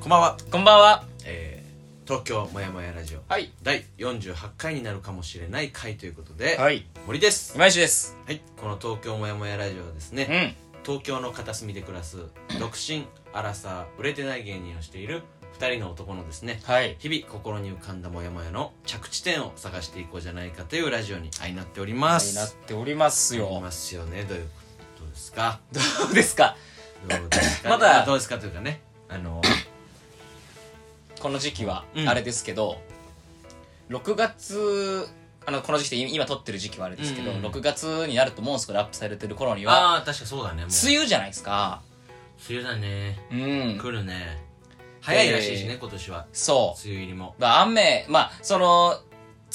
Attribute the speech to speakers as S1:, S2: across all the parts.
S1: こんばんは、
S2: こんばんは。
S1: えー、東京もやもやラジオ
S2: はい。
S1: 第48回になるかもしれない回ということで、
S2: い。
S1: 森です、
S2: 今井氏です。
S1: はい、この東京もやもやラジオはです
S2: う
S1: ね
S2: ん。
S1: 東京の片隅で暮らす独身荒さ売れてない芸人をしている2人の男のですね
S2: はい。
S1: 日々心に浮かんだもやもやの着地点を探していこうじゃないかというラジオに相なっております
S2: なっております
S1: あり
S2: よ。
S1: ますよねどういうことですか
S2: どうですか
S1: どうですか
S2: まだ
S1: あどうですかというかねあの
S2: この時期は
S1: う、ん
S2: あれですけど、6月、あの、この時期で今今撮ってる時期はあれですけど、
S1: うんうん
S2: 6月になるともう少しアップされてる頃には、
S1: ああー確かそうだねもう
S2: 梅雨じゃないですか。
S1: 梅雨だね
S2: うん。
S1: 来るね早いらしいしね、今年は
S2: そ
S1: 梅雨入りも
S2: う。まあ、雨、まあ、その、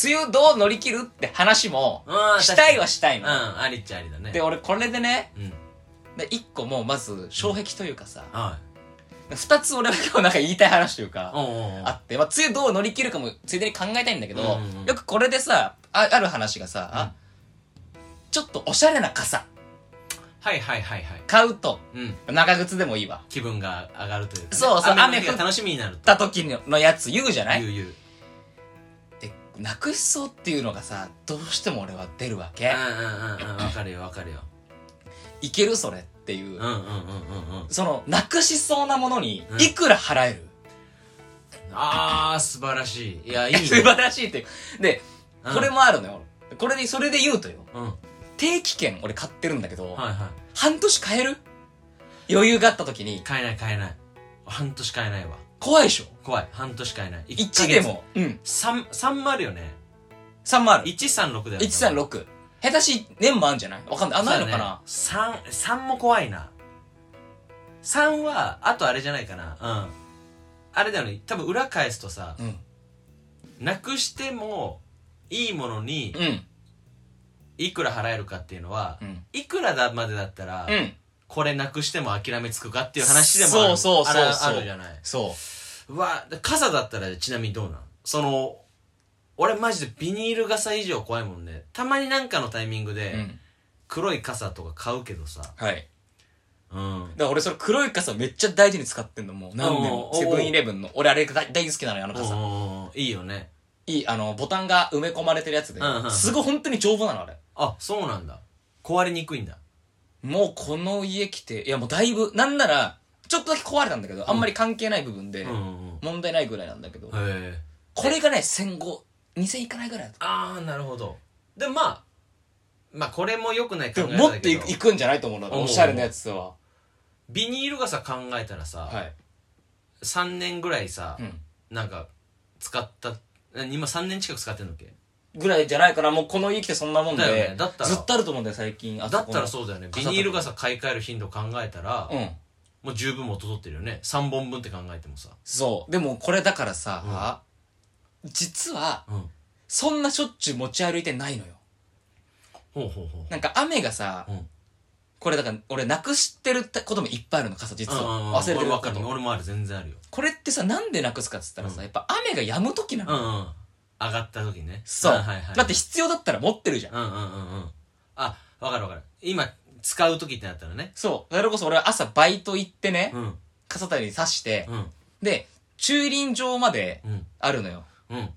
S2: 梅雨どう乗り切るって話も、
S1: うん
S2: したい
S1: わ
S2: はしたい
S1: うん
S2: の。
S1: ありっちゃありだね
S2: で、俺これでね、
S1: うん
S2: で一個もうまず、障壁というかさ、
S1: はい
S2: 二つ俺は今日なんか言いたい話というか、
S1: おうおうおう
S2: あって、まあ、梅雨どう乗り切るかもついでに考えたいんだけど、
S1: うんうん
S2: よくこれでさあある話がさ、あちょっとおしゃれな傘
S1: はいはいはいはい
S2: 買うと
S1: うん
S2: 長靴でもいいわ
S1: 気分が上がるというか、ね、
S2: そうそ
S1: 雨
S2: う
S1: の日
S2: 雨降
S1: が
S2: っ
S1: 楽しみになると
S2: た時ののやつ言うじゃない
S1: 言う言う
S2: でなくしそうっていうのがさどうしても俺は出るわ
S1: う
S2: け
S1: んうんうんうんわかるよわかるよ
S2: いけるそれっていう
S1: ん
S2: う、
S1: うんうんうんうん
S2: そのなくしそうなものに
S1: うん
S2: いくら払える、
S1: ああ素晴らしいい やいい
S2: 素晴
S1: ね
S2: らしいっていうで
S1: うん
S2: これもあるのよこれでそれで言うとよ
S1: うんはい
S2: 定期券俺買ってるんだけど、
S1: は
S2: 半年買える余裕があった時に
S1: い買えない買えない半年買えないわ
S2: 怖いでしょ
S1: 怖い半年買えない
S2: 1でも、うん、
S1: 3三あるよね
S2: 3もある。
S1: 136だよね
S2: 136。下手し、年もあるんじゃないわかんない。あ、ないのかな、
S1: そうね、3, 3も怖いな3はあとあれじゃないかなうんあれだよね多分裏返すとさ
S2: うん。
S1: なくしてもいいものに
S2: うん。
S1: いくら払えるかっていうのは
S2: うん。
S1: いくらだまでだったら、
S2: うん。
S1: これなくしても諦めつくかっていう話でもある
S2: そうそうそうそう
S1: あらあるじゃない
S2: そう。
S1: うわ傘だったらちなみにどうなんその俺マジでビニール傘以上怖いもんねたまになんかのタイミング
S2: う
S1: で
S2: ん。
S1: 黒い傘とか買うけどさ
S2: はい。
S1: うん
S2: だから俺それ黒い傘めっちゃ大事に使ってんの、もう何年も。
S1: おー
S2: セブンイレブンの。俺あれ大大好きなのよ、あの傘。
S1: おーいいよね
S2: いい、あの、ボタンが埋め込まれてるやつで
S1: うんうん。
S2: すごい本当に丈夫なの、あれ。
S1: あそうなんだ壊れにくいんだ
S2: もうこの家来て、いやもうだいぶ、なんなら、ちょっとだけ壊れたんだけど、あんまり関係ない部分
S1: う
S2: で
S1: んう、ん
S2: 問題ないぐらいなんだけ
S1: う、
S2: ど
S1: んへえ
S2: これがね、1500、2000いかないぐらいだった
S1: ああなるほどでまあまあこれもよくない考
S2: で
S1: え方
S2: ももっ
S1: だ
S2: と
S1: け
S2: い
S1: ど
S2: いくんじゃないと思うの
S1: おう
S2: おしゃれなやつは
S1: ビニール傘考えたらさ、
S2: はい、
S1: 3年ぐらいさ、
S2: うん、
S1: なんか使った今3年近く使ってんのっけ
S2: ぐらいじゃないかなもうこの家来てそんなもんで、
S1: だよねだったら
S2: ずっとあると思うんだよ最近あ
S1: だったら
S2: う
S1: そうだよねビ
S2: 傘とか
S1: ニール傘買い替える頻度考えたら、
S2: うん
S1: もう十分元取ってるよね3本分って考えてもさ
S2: そうでもこれだからさ、実は
S1: うん
S2: そんなしょっちゅう持ち歩いてないのよ
S1: ほうほうほう
S2: なんか雨がさ、
S1: うん
S2: これだから俺なくしてることもいっぱいあるの傘
S1: う
S2: 実
S1: んうんうん
S2: は忘れて
S1: 俺
S2: る
S1: わ
S2: こ
S1: かる
S2: と
S1: 俺もある全然あるよ
S2: これってさなんでなくすかっつったらさ、
S1: うん
S2: やっぱ雨が止む時な
S1: う
S2: の、
S1: んうん上がった時ね
S2: そう、
S1: んはいはい
S2: だって必要だったら持ってるじゃん
S1: うんうんうんうんあわかるわかる今使う時ってなったらね
S2: そうそれこそ俺は朝バイト行ってね、
S1: うん
S2: 傘たりに刺して、
S1: うん
S2: で、駐輪場まで
S1: うん
S2: あるのよ、
S1: うん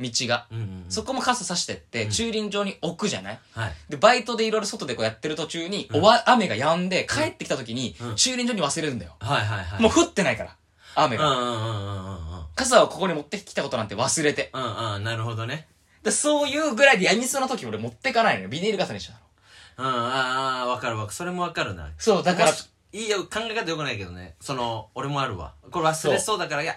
S2: 道が。
S1: うんうん
S2: そこも傘さしてって、
S1: うん
S2: 駐輪場に置くじゃない
S1: はい
S2: で、バイトでいろいろ外でこうやってる途中に、
S1: うん
S2: おわ雨が止んで、帰ってきた時に、
S1: うん
S2: 駐輪場に忘れるんだよ。
S1: はいはいはい
S2: もう降ってないから、雨
S1: うん
S2: が。
S1: うんうんうんうんうん
S2: 傘をここに持ってきたことなんて忘れて。
S1: うんうんなるほどね
S2: でそういうぐらいでやみそうな時俺持ってかないのよ。ビニール傘にしたの。
S1: うんああわかるわそれもわかるな
S2: そう、だから
S1: も、しいいよ考え方よくないけどねその俺もあるわこれ忘れそうだからいや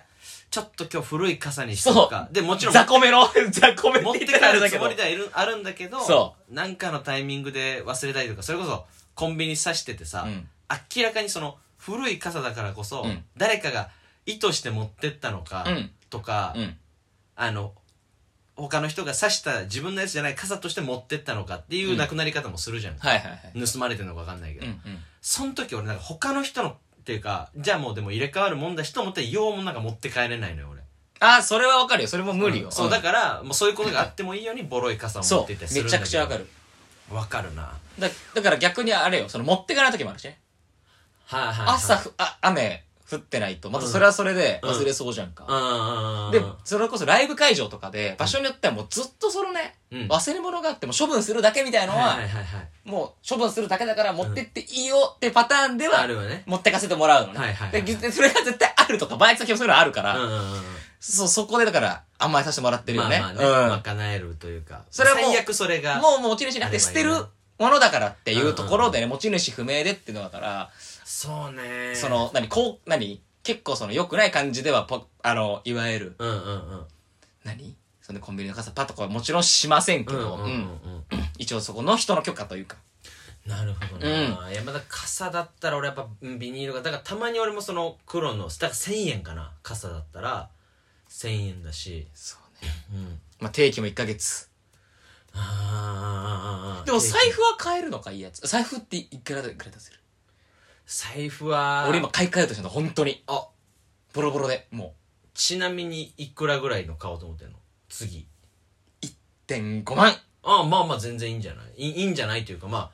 S1: ちょっと今日古い傘にしとくかでもちろん
S2: ザコメの、 ザコメ
S1: 持って
S2: って
S1: 帰
S2: 言ったらあれ
S1: る
S2: だ
S1: つ
S2: け
S1: も
S2: ど
S1: り。ではいるあるんだけど
S2: そ
S1: なんかのタイミングで忘れたりとかそれこそコンビニ刺しててさ、
S2: うん
S1: 明らかにその古い傘だからこそ、
S2: うん
S1: 誰かが意図して持ってったのか
S2: うん
S1: とか、
S2: うん。
S1: あの他の人が刺した自分のやつじゃない傘として持ってったのかっていううんなくなり方もするじゃん、
S2: はいはいはい。
S1: 盗まれてるのか分かんないけ
S2: う
S1: ど、
S2: んうん。
S1: その時俺なんか他の人のっていうかじゃあもうでも入れ替わるもんだしと思って用もなんか持って帰れないのよ俺
S2: ああ、それはわかるよ。それも無理よ。
S1: うんそうだからもうそういうことがあってもいいようにボロい傘を持
S2: そ
S1: ってって
S2: う。めちゃくちゃわか
S1: る
S2: る。
S1: わかるな
S2: だだから逆にあれよその持ってかない時もあるしね
S1: はいはいはい
S2: 朝ふあ雨降ってないと、またそれはそれで忘れそうじゃん
S1: う
S2: か。
S1: んうんうん
S2: で、それこそライブ会場とかで、場所によってはもうずっとそのね、
S1: うん
S2: 忘れ物があっても処分するだけみたいの
S1: はいは
S2: は、
S1: いはいはい
S2: もう処分するだけだから持ってっていいよってパターンでは
S1: あ、るわね
S2: 持ってかせてもらうのね。
S1: はいはいはい
S2: ででそれが絶対あるとか、バイト先もそういうのあるか
S1: う
S2: ら、
S1: んうんうん
S2: そう、そこでだから甘えさせてもらってる
S1: ま
S2: よ
S1: あ
S2: ね。
S1: まあね
S2: うん
S1: 賄えるというか
S2: それはもう
S1: 最悪それが
S2: もう、もう持ち主なくて捨てるものだからっていうところでね、持ち主不明でっていうのだから、
S1: そうね
S2: その、何、こう、何結構その良くない感じでは、ぽあの、いわゆる、
S1: うんうんうん
S2: 何そのコンビニの傘パッとかはもちろんしませんけ
S1: うん
S2: ど、
S1: うんう
S2: う
S1: う
S2: ん
S1: ん
S2: ん一応そこの人の許可というか。
S1: なるほどな、いやまだ傘だったら俺やっぱうんビニールがだからたまに俺もその黒のだから1000円かな傘だったら1000円だし
S2: そうね。
S1: うん
S2: まあ、定期も1ヶ月。
S1: あー
S2: でも財布は買えるのか、いいやつ。財布っていくらでいくら出せる
S1: 財布は
S2: 俺今買い替えようとしたの、本当に。
S1: あ
S2: ボロボロで、も
S1: ちなみにいくらぐらいの買おうと思ってんの次
S2: う、1.5万。
S1: ああまあまあ全然いいんじゃないいいいんじゃないというかまあ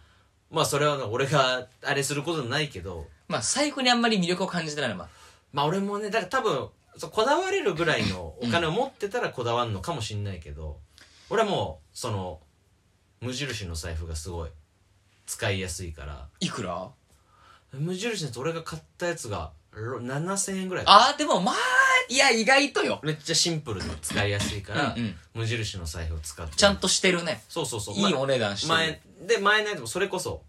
S1: まあそれはね俺があれすることないけど
S2: まあ、財布にあんまり魅力を感じてないのは、
S1: まあ俺もねだから多分そうこだわれるぐらいのお金を持ってたらこだわるのかもしんないけど、俺はもうその無印の財布がすごい使いやすいから
S2: いくら
S1: 無印のやつ俺が買ったやつがろ7000円ぐらい
S2: ああ、でもまあ、いや、意外とよ。
S1: めっちゃシンプルで使いやすいから、
S2: うんうん
S1: 無印の財布を使って
S2: ちゃんとしてるね。
S1: そうそうそう
S2: いいお値段してる。
S1: 前で前のやつもそれこそ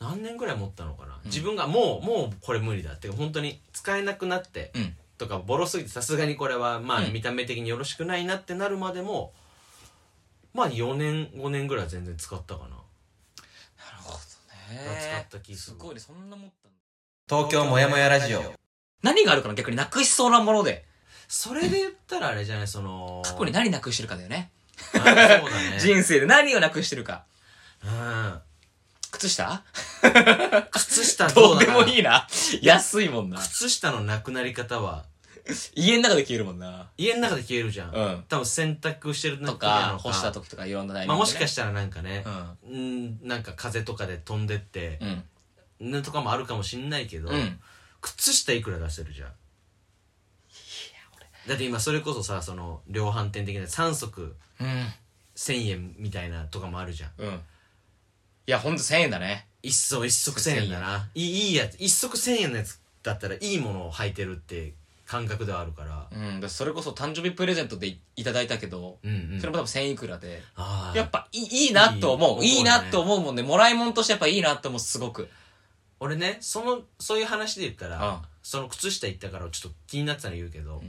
S1: 何年ぐらい持ったのかな、自分がもうもうこれ無理だって本当に使えなくなって、
S2: うん。
S1: とかボロすぎてさすがにこれはまあ
S2: うん
S1: 見た目的によろしくないなってなるまでも、まあ4年5年ぐらい全然使ったかな
S2: なるほどね。
S1: 使った気す
S2: す
S1: る
S2: ごいね、そんな持ったんだ
S1: 東
S2: 京もやもやラジオ何があるかな逆になくしそうなもので。
S1: それで言ったらあれじゃないその
S2: 過去に何なくしてるかだよね。
S1: あそうだね
S2: 人生で何をなくしてるか。
S1: うん
S2: 靴下
S1: 靴下
S2: ど
S1: ど
S2: う
S1: う
S2: で
S1: だな
S2: もいいな。安いもんな。
S1: 靴下のなくなり方は
S2: 家の中で消えるもんな。
S1: 家の中で消えるじゃん、
S2: うん
S1: 多分洗濯してる時な
S2: と
S1: のか
S2: か、干した時とかいろんなタイミングでね
S1: まあ、もしかしたらなんかね、
S2: うん。
S1: うん、なんか風とかで飛んでって、
S2: うん。
S1: ねとかもあるかもしんないけど、
S2: うん。
S1: 靴下いくら出せるじゃんだって今それこそさその量販店的な3足
S2: うん。
S1: 1000円みたいなとかもあるじゃん
S2: うん。いや、ほんと1000円だね。
S1: 一足一足1000円だないいいいやつ一足1000円のやつだったらいいものを履いてるって感覚ではあるから
S2: うん。でそれこそ誕生日プレゼントでいいただいたけど、
S1: うんうん
S2: それも多分1000いくらで。
S1: ああ
S2: やっぱいいいいなと思う。
S1: いい
S2: いいなと思うもんね。もらい物としてやっぱいいなと思う、すごく。
S1: 俺ねそのそういう話で言ったら、
S2: うん
S1: その靴下行ったからちょっと気になってたの言うけど、
S2: ん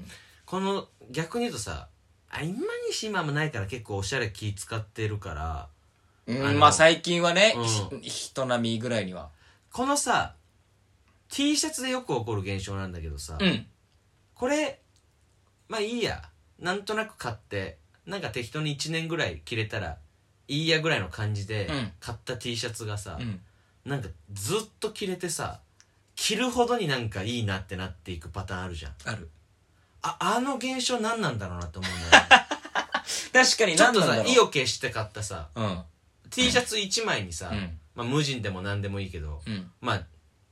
S1: この逆に言うとさあ今にし今もないから結構おしゃれ気使ってるから
S2: うん
S1: あの
S2: まあ最近はね、
S1: う
S2: ひ人並みぐらいには。
S1: このさ T シャツでよく起こる現象なんだけどさ、
S2: うん。
S1: これまあいいやなんとなく買ってなんか適当に1年ぐらい着れたらいいやぐらいの感じで
S2: うん
S1: 買った T シャツがさ、
S2: うん。
S1: なんかずっと着れてさ着るほどになんかいいなってなっていくパターンあるじゃん
S2: ある。
S1: ああの現象何なんだろうなって思うんだよね
S2: 確かに
S1: ちょっ
S2: 何
S1: と
S2: なんだ
S1: さ
S2: ろう。
S1: 意を決して買ったさ
S2: うん。
S1: T シャツ1枚にさ、
S2: うん。
S1: まあ、無人でも何でもいいけど、
S2: うん。
S1: まあ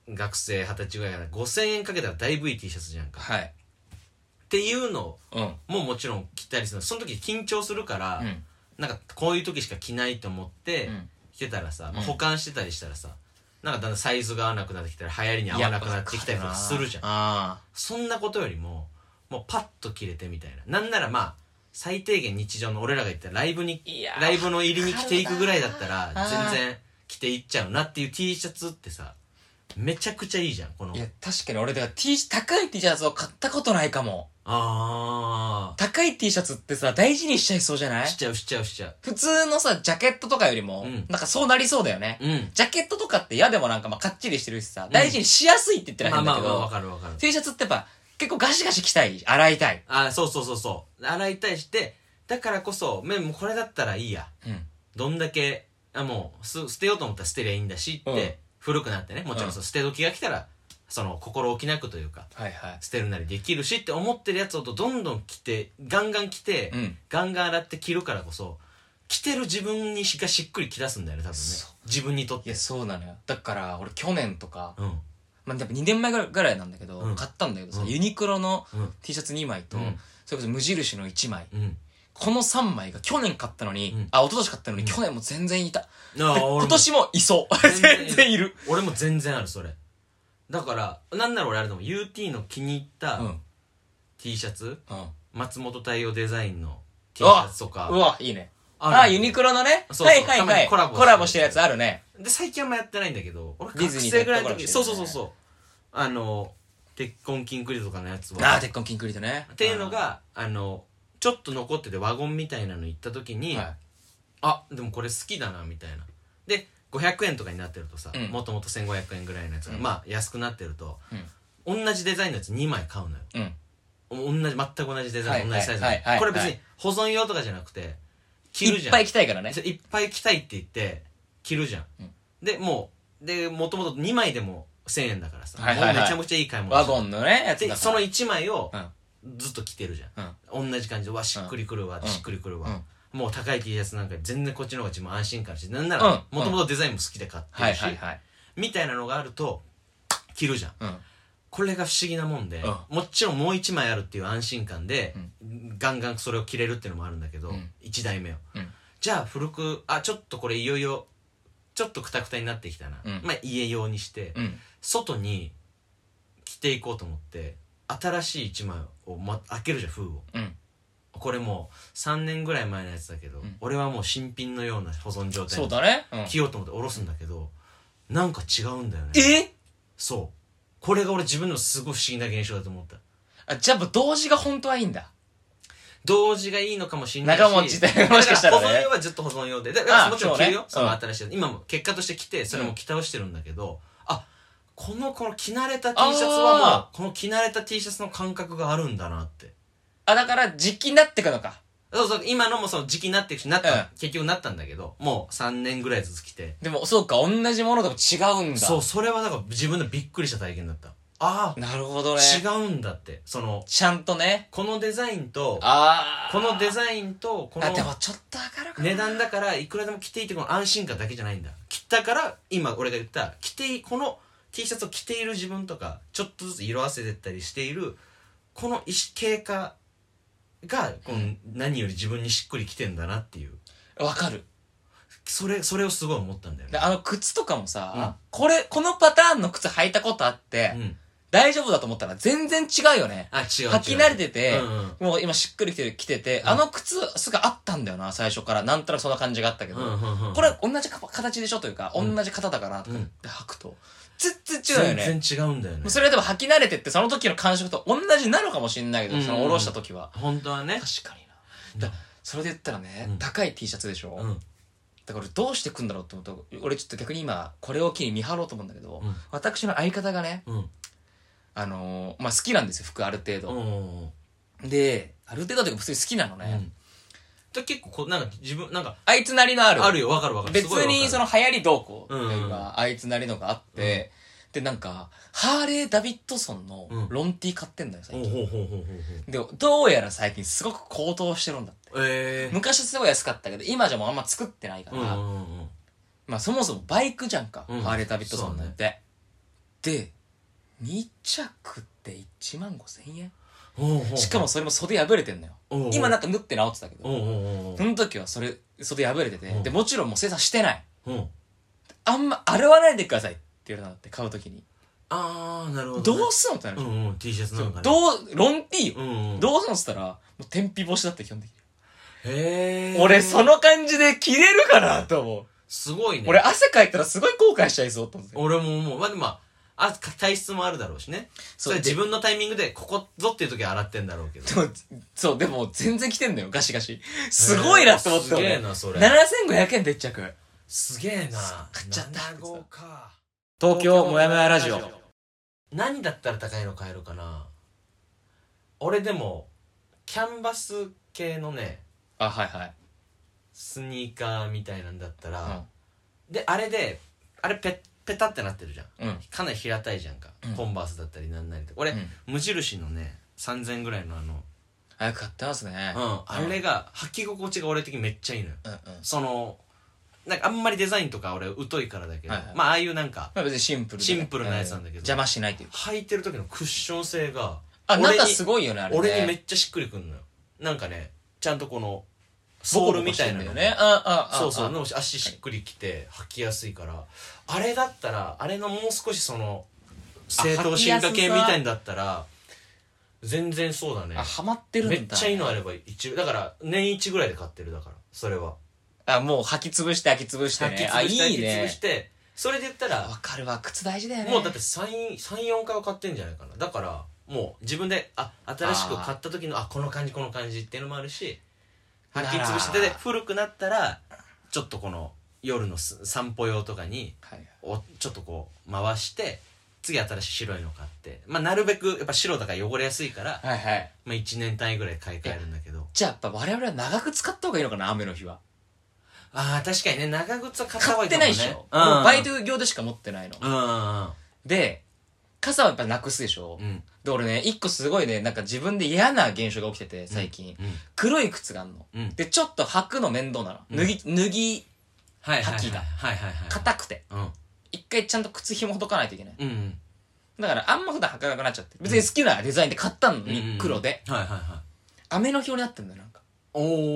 S1: 学生二十歳ぐらいから5000円かけたらだいぶいい T シャツじゃんか
S2: はい。
S1: っていうの
S2: うん。
S1: ももちろん着たりするその時緊張するから、
S2: うん。
S1: なんかこういう時しか着ないと思って
S2: うん
S1: 着てたらさ、まあ、
S2: うん
S1: 保管してたりしたらさなんかだんだんサイズが合わなくなってきたり流行りに合わなくなってきたりとかするじゃん
S2: あ
S1: そんなことよりももうパッと着れてみたいななんならまあ最低限日常の俺らが言ったライブに
S2: あ。いやー
S1: ライブの入りに着ていくぐらいだったら
S2: あー
S1: 全然着ていっちゃうなっていう T シャツってさめちゃくちゃいいじゃんこの
S2: いや、確かに俺、だから T シ高い T シャツを買ったことないかも。
S1: あ
S2: 高い T シャツってさ、大事にしちゃいそうじゃな
S1: あ
S2: い
S1: しちゃうしちゃうしちゃう
S2: 普通のさ、ジャケットとかよりも、
S1: うん
S2: なんかそうなりそうだよね。
S1: うん
S2: ジャケットとかって嫌でもなんかまあかっちりしてるしさ、大事にしやすいって言ってない
S1: まあ
S2: んだ
S1: まあ
S2: け
S1: ま
S2: ど、
S1: あわかるわかる
S2: T シャツってやっぱ結構ガシガシ着たい、洗いたい。
S1: あそうそうそうそう洗いたいしてだからこそめもうこれだったらいいや
S2: うん。
S1: どんだけあもうす捨てようと思ったら捨てりゃいいんだしって、
S2: うん
S1: 古くなってねもちろんそうの捨て時が来たらその心置きなくというか
S2: はいはい。
S1: 捨てるなりできるしって思ってるやつをどんどん着てガンガン着て、
S2: うん。
S1: ガンガン洗って着るからこそ着てる自分にしかしっくり着だすんだよね多分ね
S2: そ
S1: 自分にとっ
S2: い
S1: て
S2: や、そうなのよ。だから、俺去年とか、
S1: うん
S2: まあ、やっぱ2年前ぐらいなんだけど、
S1: うん
S2: 買ったんだけどさ、
S1: うん
S2: ユニクロの
S1: うん
S2: T シャツ2枚と、
S1: うん
S2: それこそ無印の1枚、
S1: うん
S2: この3枚が去年買ったのに、
S1: うん
S2: あ一昨年買ったのに去年も全然いた、
S1: あ
S2: で
S1: ー俺も
S2: 今年もいそう
S1: 全然いる
S2: 全然いる
S1: 俺も全然あるそれだからなんなら俺あれでも UT の気に入っ
S2: うん、
S1: た
S2: うん、
S1: T シャツ、
S2: あ
S1: 松本太陽デザインの T シャツと
S2: う
S1: か
S2: わいいね
S1: る
S2: ああユニクロのね
S1: そうそう
S2: はいはい
S1: たま
S2: はい
S1: に
S2: コ
S1: コ
S2: ラ
S1: ラ
S2: ボ
S1: ボ
S2: してるやつあるね
S1: で最近あんまやってないんだけど俺
S2: ディ
S1: 学
S2: ズニー
S1: 生ぐらいの時
S2: でやった
S1: そうそ
S2: 頃
S1: うそう
S2: してる
S1: そうあの鉄痕キンクリとかのやつ
S2: ああ
S1: はっ
S2: 鉄痕キンクリートね
S1: ていうのがあのちょっと残っててワゴンみたいなの行った時
S2: うん
S1: に、
S2: は
S1: あでもこれ好きだなみたいなで500円とかになってるとさ、
S2: うん
S1: もともと1500円ぐらいのやつが、
S2: うん
S1: まあ安くなってると同じデザインのやつ2枚買うのよ
S2: いうん
S1: 同じ全く同じデザイン、
S2: はい
S1: 同じサイズの、
S2: はいはい
S1: これ別
S2: は
S1: に保存用とかじゃなくて着る
S2: い
S1: じ
S2: っ
S1: ゃん
S2: ぱい着たいからね
S1: そういっぱい着たいって言って着るじゃん、
S2: うん
S1: でもうでもともと2枚でも1000円だからさ、
S2: はいはいはい
S1: もうめちゃくちゃいい買い物
S2: ワゴンのねやつだか
S1: で
S2: ら
S1: その1枚を
S2: うん
S1: ずっと着てるじゃん、同じ感じでわしっくりくるわ、
S2: うん
S1: しっくりくるわ、もう高い T シャツなんか全然こっちの方が自分安心感だしなんなら
S2: うん
S1: もともとデザインも好きで買って
S2: はい
S1: るし、
S2: はいはい
S1: みたいなのがあると着るじゃん
S2: うん
S1: これが不思議なもんで、
S2: う
S1: もちろんもう1枚あるっていう安心感で、ガンガンそれを着れるっていうのもあるんだけど、
S2: うん
S1: 1台目を、
S2: うん
S1: じゃあ古くあちょっとこれいよいよちょっとくたくたになってきたな、
S2: うん
S1: まあ家用にして、
S2: うん
S1: 外に着ていこうと思って新しい1枚を、ま、開けるじゃん封を
S2: うん
S1: これもう3年ぐらい前のやつだけど、
S2: ん
S1: 俺はもう新品のような保存状態
S2: そう
S1: に
S2: だねうん
S1: 着ようと思って下ろすんだけど、なんか違うんだよね
S2: え
S1: そうこれが俺自分のすごい不思議な現象だと思った
S2: あじゃあもう同時が本当はいいんだ
S1: 同時がいいのかもしれないし
S2: 長持ちだよもしかしたらね
S1: だ保存用はずっと保存用でだか
S2: あ
S1: らもちろん着るよそ,、
S2: そうね
S1: の新しいやつ今も結果として着てそれも着倒してるんだけど、あこのこの着慣れた T シャツはもうこの着慣れた T シャツの感覚があるんだなって
S2: あだから時期になってくのか
S1: そうそう今のもその時期になっていくしなった、
S2: うん
S1: 結局なったんだけどもう3年ぐらいずつ着て
S2: でもそうか同じものでも違うんだ
S1: そうそれはだから自分のびっくりした体験だったあ
S2: なるほど
S1: あ
S2: ね
S1: 違うんだってその
S2: ちゃんとね
S1: このデザインと
S2: ああ
S1: このデザインとこの
S2: あでもちょっと上がるかな
S1: 値段だからいくらでも着ていいってこの安心感だけじゃないんだ着たから今俺が言った着ていこの T シャツを着ている自分とかちょっとずつ色あせてったりしているこの意識経過がこの何より自分にしっくりきてんだなっていう
S2: わかる
S1: それそれをすごい思ったんだよ
S2: で
S1: ね
S2: あの靴とかもさ、
S1: うん
S2: これこのパターンの靴履いたことあって、
S1: うん
S2: 大丈夫だと思ったら全然違うよね
S1: あ違う違う
S2: 履き慣れてて、
S1: うんうん
S2: もう今しっくりきてる着てて、
S1: ん
S2: あの靴すがあったんだよな最初からなんとなくそんな感じがあったけど、
S1: うんうんうん
S2: これ同じか形でしょというか、
S1: うん
S2: 同じ型だからとか
S1: う
S2: っ
S1: ん
S2: て履くと全然違う
S1: 全
S2: よね
S1: 然違うんだよね
S2: もうそれはでも履き慣れてってその時の感触と同じなのかもしれないけど、
S1: うんうん
S2: その下ろした時は
S1: 本当はね
S2: 確かになだそれで言ったらね、
S1: うん
S2: 高い T シャツでしょ、
S1: うん
S2: だから俺どうしてくんだろうと思って俺ちょっと逆に今これを機に見張ろうと思うんだけど、
S1: うん
S2: 私の相方がね、
S1: うん
S2: あのーまあ、好きなんですよ服ある程
S1: うんう
S2: 度、
S1: んうん
S2: である程度というか普通に好きなのね、
S1: で結構こうなんか自分なんか
S2: あいつなりのある
S1: あるよわかるわかる
S2: 別
S1: すごいわかる
S2: にその流行りどうこうっていう
S1: うん
S2: か、あいつなりのがあって、でなんかハーレー・ダビッドソンの
S1: うん
S2: ロンティー買ってんだよ最
S1: ほう
S2: 近、
S1: ほうほうほうほうほう
S2: でどうやら最近すごく高騰してるんだって
S1: ええ
S2: 昔はすごい安かったけど今じゃもうあんま作ってないか
S1: うん
S2: ら、
S1: うんうん
S2: まあそもそもバイクじゃんか、
S1: うん
S2: ハーレー・ダビッドソンなんて、で2着って1万5000円
S1: ほうほう
S2: しかもそれも袖破れてんのよ
S1: おうおう
S2: 今なんか縫って直ってたけ
S1: お
S2: ど
S1: うおうおう
S2: その時はそれ袖破れてて
S1: うん
S2: でもちろんもう生産してない
S1: うん
S2: あんま洗わないでくださいって言われたんだって買う時に
S1: ああなるほどね
S2: どうすんのってなる
S1: う
S2: でし
S1: んうん T シャツ
S2: ょ
S1: なんかね
S2: どうロンティー
S1: う
S2: よ
S1: んうん
S2: どうすんのっつったらもう天日干しだって基本的に
S1: へえ
S2: 俺その感じで着れるかなと思う
S1: すごいね
S2: 俺汗かいたらすごい後悔しちゃいそうと思って
S1: 俺も思うまあでもまああ体質もあるだろうしねそれは自分のタイミングでここぞっていう時は洗ってんだろうけど
S2: でもそう、でも全然着てんだよ、ガシガシ。すごいなと思って
S1: すげえ
S2: 俺。
S1: なそれ
S2: 7500円で一着。
S1: すげえな
S2: 買っちゃった
S1: 7号か
S2: 東京もやもやラジオ。
S1: 何だったら高いの買えるかな俺でもキャンバス系のね
S2: あ、はいはい。
S1: スニーカーみたいなんだったら、
S2: う
S1: であれであれペペタってなってるじゃん
S2: ん。うん。
S1: かなり平たいじゃんか、
S2: うん
S1: コンバースだったりなんなりと俺、
S2: うん
S1: 無印のね3000ぐらいのあの、
S2: あ、買ってますね。
S1: うん、あれが履き心地が俺的にめっちゃいいのよ
S2: うんうん。
S1: そのなんかあんまりデザインとか俺疎いからだけど、
S2: はいはい
S1: まあああいうなんか
S2: まあ別にシンプルで
S1: シンプルなやつなんだけど
S2: う邪魔しないっていうか
S1: 履いてる時のクッション性が
S2: あ
S1: 俺
S2: な
S1: に
S2: んかすごいよねあれね
S1: 俺にめっちゃしっくりくんのよなんかねちゃんとこのソールみたいな
S2: ボ
S1: の
S2: コボコしてんだよねあああ
S1: そうそう
S2: あ
S1: でも足しっくりきて履きやすいからあれだったらあれのもう少しその正当進化系みたいんだったら全然そうだね
S2: あハマってるんだ
S1: めっちゃいいのあれば一だから年一ぐらいで買ってるだからそれは
S2: あもう吐き潰して吐き潰して
S1: 履き潰し
S2: ね
S1: て
S2: あ
S1: 履
S2: いい
S1: き潰
S2: ね
S1: してそれで言ったら
S2: わかるわ靴大事だよね
S1: もうだって34回は買ってんじゃないかなだからもう自分であ新しく買った時のあこの感じこの感じっていうのもあるし
S2: な
S1: 履
S2: ら
S1: き潰してで古くなったらちょっとこの夜のす散歩用とかに
S2: はい
S1: おちょっとこう回して次新しい白いの買って、まあ、なるべくやっぱ白だから汚れやすいから、
S2: はいはい
S1: まあ、1年単位ぐらい買い替えるんだけど
S2: じゃあやっぱ我々は長く使った方がいいのかな雨の日は
S1: ああ確かにね長靴は買った方がい
S2: 買っ
S1: いか
S2: て
S1: も
S2: ない
S1: ね
S2: でしょ、
S1: うん、
S2: もうバイト業でしか持ってないの、
S1: うんうん
S2: で傘はやっぱなくすでしょ、
S1: うん
S2: で俺ね一個すごいねなんか自分で嫌な現象が起きてて最近、
S1: うん
S2: 黒い靴があんの
S1: うん
S2: でちょっと履くの面倒なの、
S1: うん
S2: 脱ぎ脱ぎ
S1: はいはいはい
S2: 履きが
S1: はいはいはい
S2: 硬くて
S1: うん
S2: 一回ちゃんと靴紐ほどかないといけない
S1: うんうん
S2: だからあんま普段履かなくなっちゃってる別に好きなデザインで買ったのに黒で、
S1: はいはいはい
S2: 雨の日用になってんだよなんか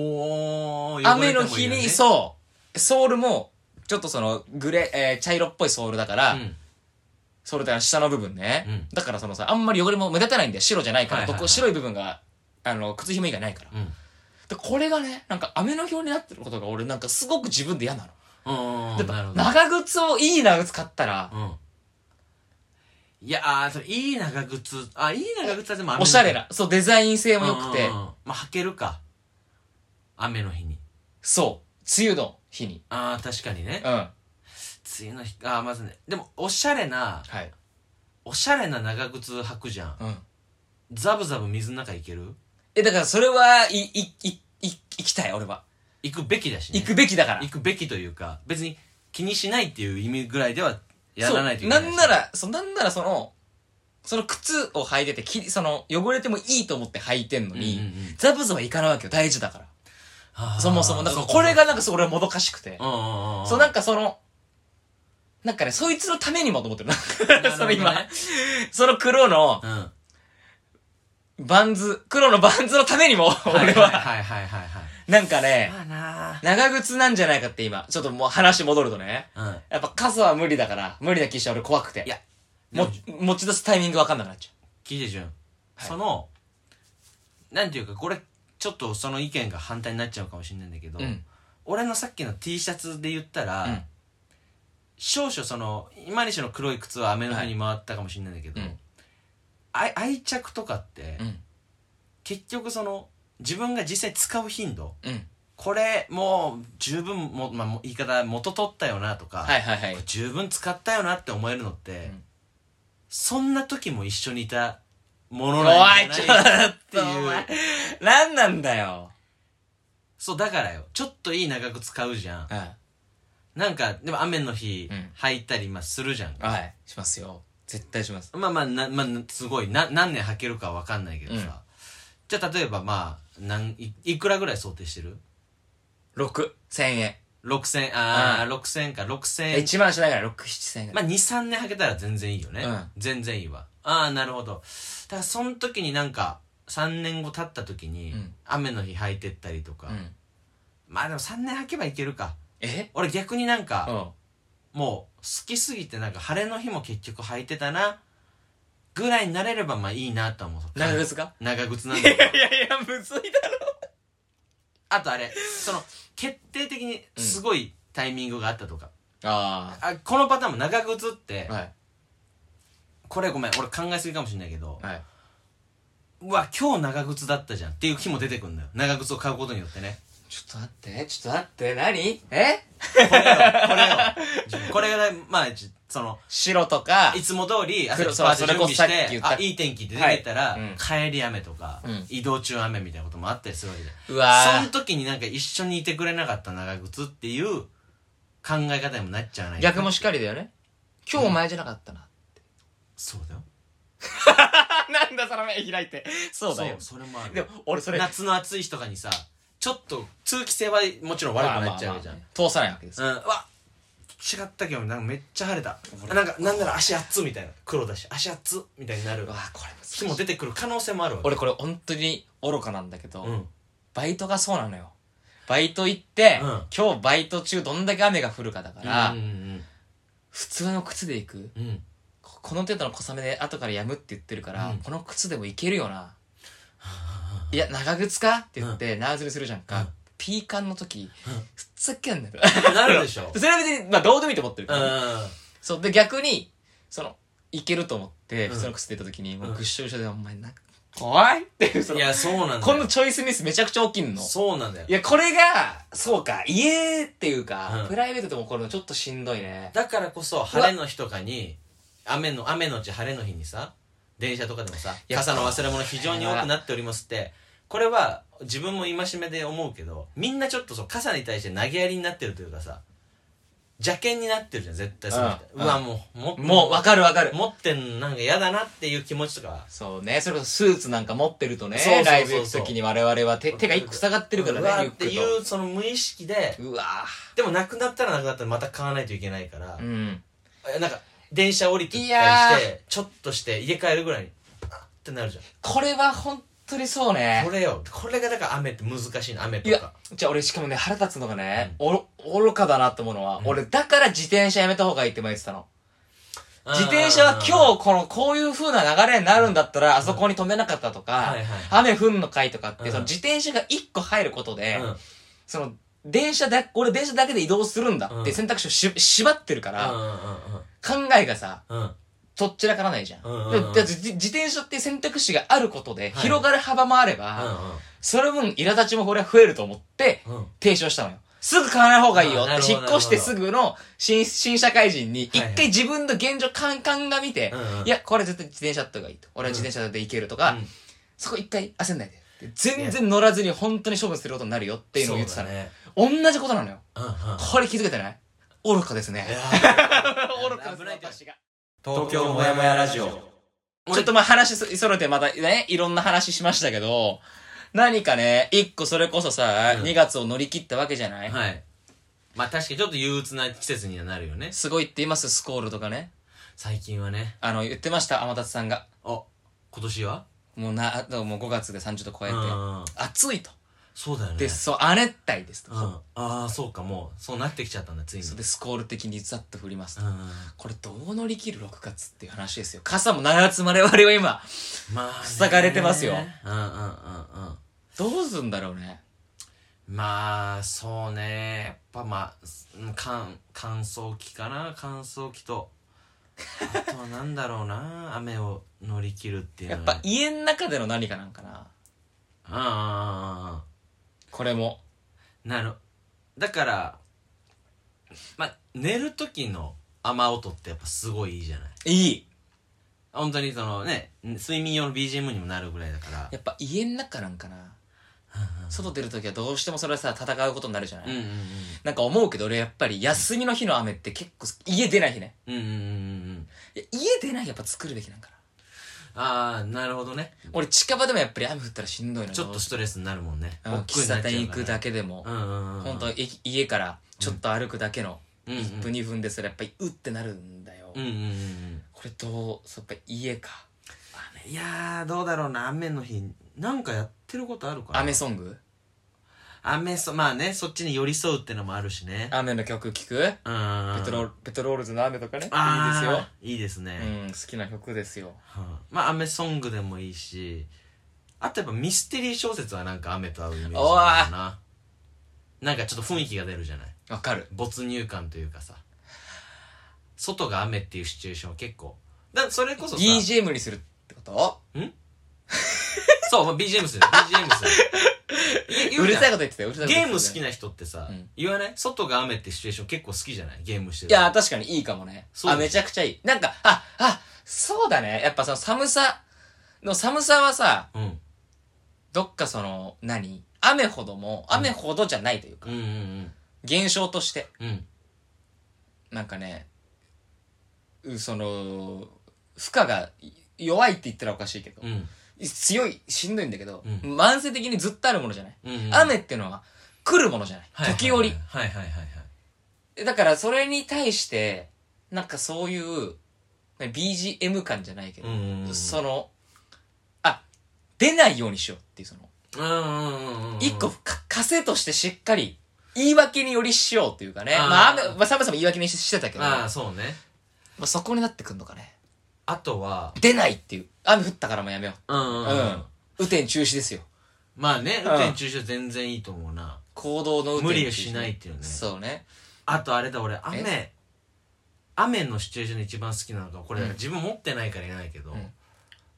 S1: おー
S2: 雨の日に
S1: う
S2: そうソールもちょっとそのグレー、えー茶色っぽいソールだから、
S1: ん
S2: ソールだから下の部分ね、
S1: うん
S2: だからそのさあんまり汚れも目立たないんだよ白じゃないか
S1: はい
S2: ら、
S1: はいはい
S2: どこ白い部分があの靴ひも以外ないから、
S1: うん
S2: でこれがねなんか雨の表になってることが俺なんかすごく自分で嫌なの、
S1: うん
S2: で
S1: なるほど
S2: 長靴をいい長靴買ったら、
S1: うんいやーそれいい長靴あいい長靴はでも雨の日
S2: おしゃれなそうデザイン性も良くて、
S1: うんうんうんまあ履けるか雨の日に
S2: そう梅雨の日に
S1: ああ確かにね
S2: うんは
S1: 梅雨の日ああまずねでもおしゃれないおしゃれな長靴履くじゃん
S2: うん
S1: ザブザブ水の中行ける
S2: えだからそれはいいいいい行きたい俺は
S1: 行くべきだしね
S2: 行くべきだから
S1: 行くべきというか別に気にしないっていう意味ぐらいではやらないといけない
S2: そう
S1: し
S2: んならそうなんならそのその靴を履いててきその汚れてもいいと思って履いてんの
S1: う
S2: に、
S1: んうんうん
S2: ザブザブはいかないわけよ大事だから
S1: あー
S2: そもそもだか
S1: そ
S2: ら
S1: うか
S2: これがなんかすごい俺はもどかしくて
S1: うんうんうん
S2: そうなんかそのなんかねそいつのためにもと思ってる
S1: なるほ
S2: そ
S1: ど
S2: の
S1: ね
S2: 今その黒の
S1: うん
S2: バンズ黒のバンズのためにも俺は
S1: はいはいはいはい
S2: なんかね
S1: まあな
S2: 長靴なんじゃないかって今ちょっともう話戻るとね
S1: あうん
S2: やっぱ傘は無理だから無理な気して俺怖くて
S1: いや
S2: も持ち出すタイミングわかんなくなっちゃ
S1: 聞いてじゅん
S2: はい
S1: そのなんていうかこれちょっとその意見が反対になっちゃうかもしれないんだけど
S2: ううん
S1: 俺のさっきの T シャツで言った
S2: うん
S1: ら少々その今西の黒い靴は雨の日に回ったかもしれないんだけど
S2: うん
S1: あい愛着とかって
S2: うん
S1: 結局その自分が実際使う頻度
S2: うん
S1: これもう十分も、まあ、もう言い方元取ったよなとか、
S2: はいはいはい
S1: これ十分使ったよなって思えるのって、
S2: うん
S1: そんな時も一緒にいたもの
S2: お
S1: なん
S2: い
S1: じ
S2: ちょ
S1: ゃ
S2: っ
S1: ない
S2: とお前何なんだよ
S1: そうだからよちょっといい長靴買うじゃん
S2: は
S1: なんかでも雨の日
S2: うん
S1: 履いたりまあするじゃん、
S2: いはいしますよ絶対します
S1: まあまあな、まあ、すごいな何年履けるかわかんないけどさ、
S2: うん
S1: じゃあ例えばまあなんいいくらぐらい想定してる
S2: 6000円
S1: 6000ああ6000か6000円
S2: 1万しないから67000円ぐら
S1: ま
S2: い
S1: あ、2、3年履けたら全然いいよね。
S2: うん
S1: 全然いいわ。ああ、なるほど。だから、その時になんか、3年後経った時に
S2: うん、
S1: 雨の日履いてったりとか、
S2: うん
S1: まあでも3年履けばいけるか。
S2: え
S1: 俺逆になん
S2: う
S1: か、
S2: ん
S1: もう、好きすぎてなんか、晴れの日も結局履いてたな、ぐらいになれればまあいいなとは思う。
S2: 長靴か
S1: 長靴なん
S2: いや
S1: だ
S2: い
S1: けど。
S2: やいやむずいだろ
S1: あとあれ、その、決定的にすごいタイミングがあったとか。
S2: あ
S1: あこのパターンも長靴って、
S2: はい
S1: これごめん、俺考えすぎかもしれないけど、
S2: はいう
S1: わ今日長靴だったじゃんっていう日も出てくるんだよ長靴を買うことによって ね
S2: ちょっと待ってちょっと待って何え
S1: これよこれよこれがまあじその
S2: 白とか
S1: いつも通り朝
S2: 黒
S1: 一パー
S2: そ
S1: テ
S2: う
S1: ィー準備
S2: そ
S1: し
S2: れこそさっき
S1: て
S2: 言った
S1: あいい天気で出てたら、
S2: はいうん
S1: 帰り雨とか、
S2: うん
S1: 移動中雨みたいなこともあったりするわけじ
S2: う
S1: ゃんそ
S2: わ
S1: の時になんか一緒にいてくれなかった長靴っていう考え方にもなっちゃわない
S2: ー逆もしかりだよね今日お前じゃなかったな
S1: そうだよ
S2: なんだその目開いてそうだよ
S1: それもある
S2: でも俺それ
S1: 夏の暑い日とかにさちちょっと通気性はもちろん悪くなっちゃうじゃん、
S2: まあまあまあ通さないわけですよ
S1: うんうわ違ったけどなんかめっちゃ晴れたなんかなんなら足熱っみたいな黒だし足熱っみたいになる
S2: うわこれ難し
S1: 日
S2: い
S1: も出てくる可能性もあるわけ
S2: 俺これ本当に愚かなんだけど、
S1: うん
S2: バイトがそうなのよバイト行って、
S1: うん
S2: 今日バイト中どんだけ雨が降るかだから、
S1: うんうん
S2: 普通の靴で行く
S1: うん うん
S2: ここの程度の小雨で後からやむって言ってるから、
S1: うん
S2: この靴でも行けるよな、いや長靴かって言って長ズりするじゃんか、
S1: うん
S2: ピーカンの時、
S1: うん
S2: ふっつけんだよ
S1: なるでしょ
S2: それは別に、まあ、どうでもいいと思ってる
S1: う
S2: から、
S1: ん
S2: そうで逆にその行けると思って
S1: うん
S2: 普通の靴で行った時にもううんぐっしょぐしょで「お前なんか怖い!」っていうそ
S1: い
S2: の
S1: やそうなんだよ
S2: このチョイスミスめちゃくちゃ大きいの
S1: そうなんだよ
S2: いやこれがそうか家っていうか、
S1: うん
S2: プライベートでもこのちょっとしんどいね
S1: だからこそ晴れの日とかに雨の雨のち晴れの日にさ電車とかでもさ
S2: いや
S1: 傘の忘れ物非常に多くなっておりますってこれは自分も戒めで思うけどみんなちょっとそう傘に対して投げやりになってるというかさ邪険になってるじゃん絶対その人
S2: うん
S1: うわもうも
S2: もうわかるわかる
S1: 持ってんのなんか嫌だなっていう気持ちとかは
S2: そうねそれこそスーツなんか持ってるとね
S1: そうそうそうそう
S2: ライブ行く時に我々は手手が一個塞がってるから
S1: うわ
S2: ねリ
S1: ー
S2: ュ
S1: っ
S2: ッ
S1: て
S2: ク
S1: いうその無意識で
S2: とうわ
S1: でもなくなったらなくなったらまた買わないといけないから
S2: ー、うん
S1: えなんか電車降りてっ
S2: い
S1: た
S2: や
S1: りし
S2: ー
S1: てちょっとして家帰るぐらいにあってなるじゃん
S2: これは本当にそうね
S1: これよこれがだから雨って難しいの雨
S2: い
S1: と
S2: や
S1: か、
S2: じゃあ俺しかもね、腹立つのがね、おろ、愚かだなって思うのは、俺だから自転車やめた方がいいって前言ってたの。自転車は
S1: 日
S2: 今日この、こういう風な流れになるんだったら、あそこに止めなかったとか、
S1: はいはい
S2: 雨降んのかいとかっ
S1: う
S2: て、
S1: ん
S2: その自転車が一個入ることで、
S1: うん
S2: その、電車だ、俺電車だけで移動するんだっ
S1: うん
S2: て選択肢をし、縛ってるから、
S1: う
S2: 考えがさ、
S1: んうんうんうん
S2: とっちらからないじゃん。
S1: うんうんうん
S2: でで自自転車って選択肢があること
S1: は
S2: で、
S1: い
S2: 広がる幅もあれば、
S1: う
S2: その分、苛立ちもこれは増えると思って、
S1: んうんうん
S2: 提唱したのよ。すぐ買わない方がいいよ
S1: あなる
S2: って、
S1: ほど
S2: 引っ越してすぐの新新社会人に、
S1: はい
S2: 一
S1: はい
S2: 回自分の現状カンカンが見て、
S1: うんうん
S2: いや、これ絶対自転車だった方がいいと。俺は自転車で行けるとか、
S1: うん
S2: そこ一回焦んないで。全然乗らずに本当に処分することになるよっていうのを言ってたのよ。同じことなのよ。
S1: そうだね
S2: これ気づけてない愚かです
S1: うんうんい
S2: ね。
S1: や
S2: 愚か
S1: 危ない
S2: です私が。
S1: 東京もやもやラジオ
S2: ちょっとまあ話そそれてまたね、いろんな話しましたけど、何かね、一個それこそさ、
S1: うん
S2: 2月を乗り切ったわけじゃない、
S1: はいまあ確かにちょっと憂鬱な季節にはなるよね
S2: すごいって言いますスコールとかね。
S1: 最近はね
S2: あの、言ってました、天達さんが。
S1: あ今年は
S2: もうな、あともう5月で30度超えて
S1: う、んうん
S2: 暑いと。
S1: そうだよね
S2: で、そう、亜熱帯ですと。
S1: うんああそうかもうそうなってきちゃったんだついに
S2: そうで、スコール的にざっと降ります
S1: う
S2: と。
S1: ん
S2: これどう乗り切る6月っていう話ですよ。傘も7月我々は今、
S1: まあね
S2: 塞がれてますよ
S1: うんうんうんうん
S2: どうすんだろうね。
S1: まあそうねやっぱまあすうん乾乾燥機かな乾燥機とあとはなんだろうな雨を乗り切るっていうの
S2: や
S1: は
S2: っぱ家の中での何かなんかな。
S1: うんうんうんうん
S2: これも。
S1: うんなるだからまあ寝る時の雨音ってやっぱすごいいいじゃない
S2: いい。
S1: 本当にそのね睡眠用の BGM にもなるぐらいだから
S2: やっぱ家の中なんかな。外出るときはどうしてもそれはさ、戦うことになるじゃない、
S1: うんうん
S2: なんか思うけど俺やっぱり休みの日の雨って結構家出ない日ね。
S1: うんうんうんうんうん
S2: いや家出ない日やっぱ作るべきなんかな。
S1: ああなるほどね
S2: 俺近場でもやっぱり雨降ったらしんどいの
S1: ちょっとストレスになるもんね
S2: うん
S1: 億劫
S2: 喫
S1: になっちゃ
S2: 茶
S1: うから
S2: 店行くだけでも、
S1: うんうんうん
S2: 本当い家からちょっと歩くだけの
S1: うんうん
S2: 1分2分ですらやっぱりうってなるんだよ、
S1: うんうんうんうん
S2: これどうそうやっぱ家か
S1: いやーどうだろうな雨の日なんかやってることあるかな
S2: 雨ソング
S1: 雨そまあねそっちに寄り添うってのもあるしね
S2: 雨の曲聴く
S1: うんうんうん
S2: ペトロールペトロールズの雨とかねいいですよ
S1: あ、ーいいですね、
S2: うん、好きな曲ですよ
S1: はあまあ雨ソングでもいいしあとやっぱミステリー小説はなんか雨と合うイメージなのかななんかちょっと雰囲気が出るじゃない
S2: わかる
S1: 没入感というかさ外が雨っていうシチュエーションは結構だそれこそさ
S2: BGM にするってこと
S1: そう、まあ、BGM する BGM する言
S2: う
S1: う
S2: る
S1: じゃん
S2: さいこと言ってたようるさいこ
S1: ゲ
S2: と言っ
S1: ー
S2: て
S1: ム
S2: た
S1: 好きな人ってさ、
S2: うん
S1: 言わない外が雨ってシチュエーション結構好きじゃないゲームして
S2: い
S1: る
S2: や確かにいいかもね
S1: そう
S2: あめちゃくちゃいいなんかああそうだねやっぱその寒さの寒さはさ
S1: うんうん
S2: どっかその何雨ほども雨ほどじゃないというか、
S1: うんうん
S2: 現象として
S1: うん
S2: なんかねうその負荷がい弱いって言ったらおかしいけど、
S1: うん
S2: 強い、しんどいんだけど、
S1: う
S2: 慢性的にずっとあるものじゃない。
S1: うんうん
S2: 雨っていうのは来るものじゃない。
S1: はいはいはい
S2: 時折。
S1: はいはいはいはい
S2: だからそれに対して、なんかそういう、ね BGM 感じゃないけど
S1: う、んうんうん
S2: その、あ、出ないようにしようっていうその、
S1: うんうんうんうん
S2: 一個か、枷としてしっかり、言い訳によりしようっていうかね。
S1: あー
S2: まあ、雨まあ、サムさんも言い訳にししてたけど、
S1: あ
S2: ま
S1: あそうね
S2: あ、そこになってくんのかね。
S1: あとは
S2: 出ないっていう。雨降ったからもうやめよ
S1: うんうん
S2: う。う
S1: うん
S2: ん。雨天中止ですよ。
S1: まあね
S2: うん
S1: 運転中止は全然いいと思うな
S2: 行動の雨天
S1: 無理
S2: 中
S1: を
S2: 止
S1: しないっていうね
S2: そうね。
S1: あとあれだ俺雨雨のシチュエーションで一番好きなのがこれ
S2: うん
S1: 自分持ってないから言えないけど
S2: うん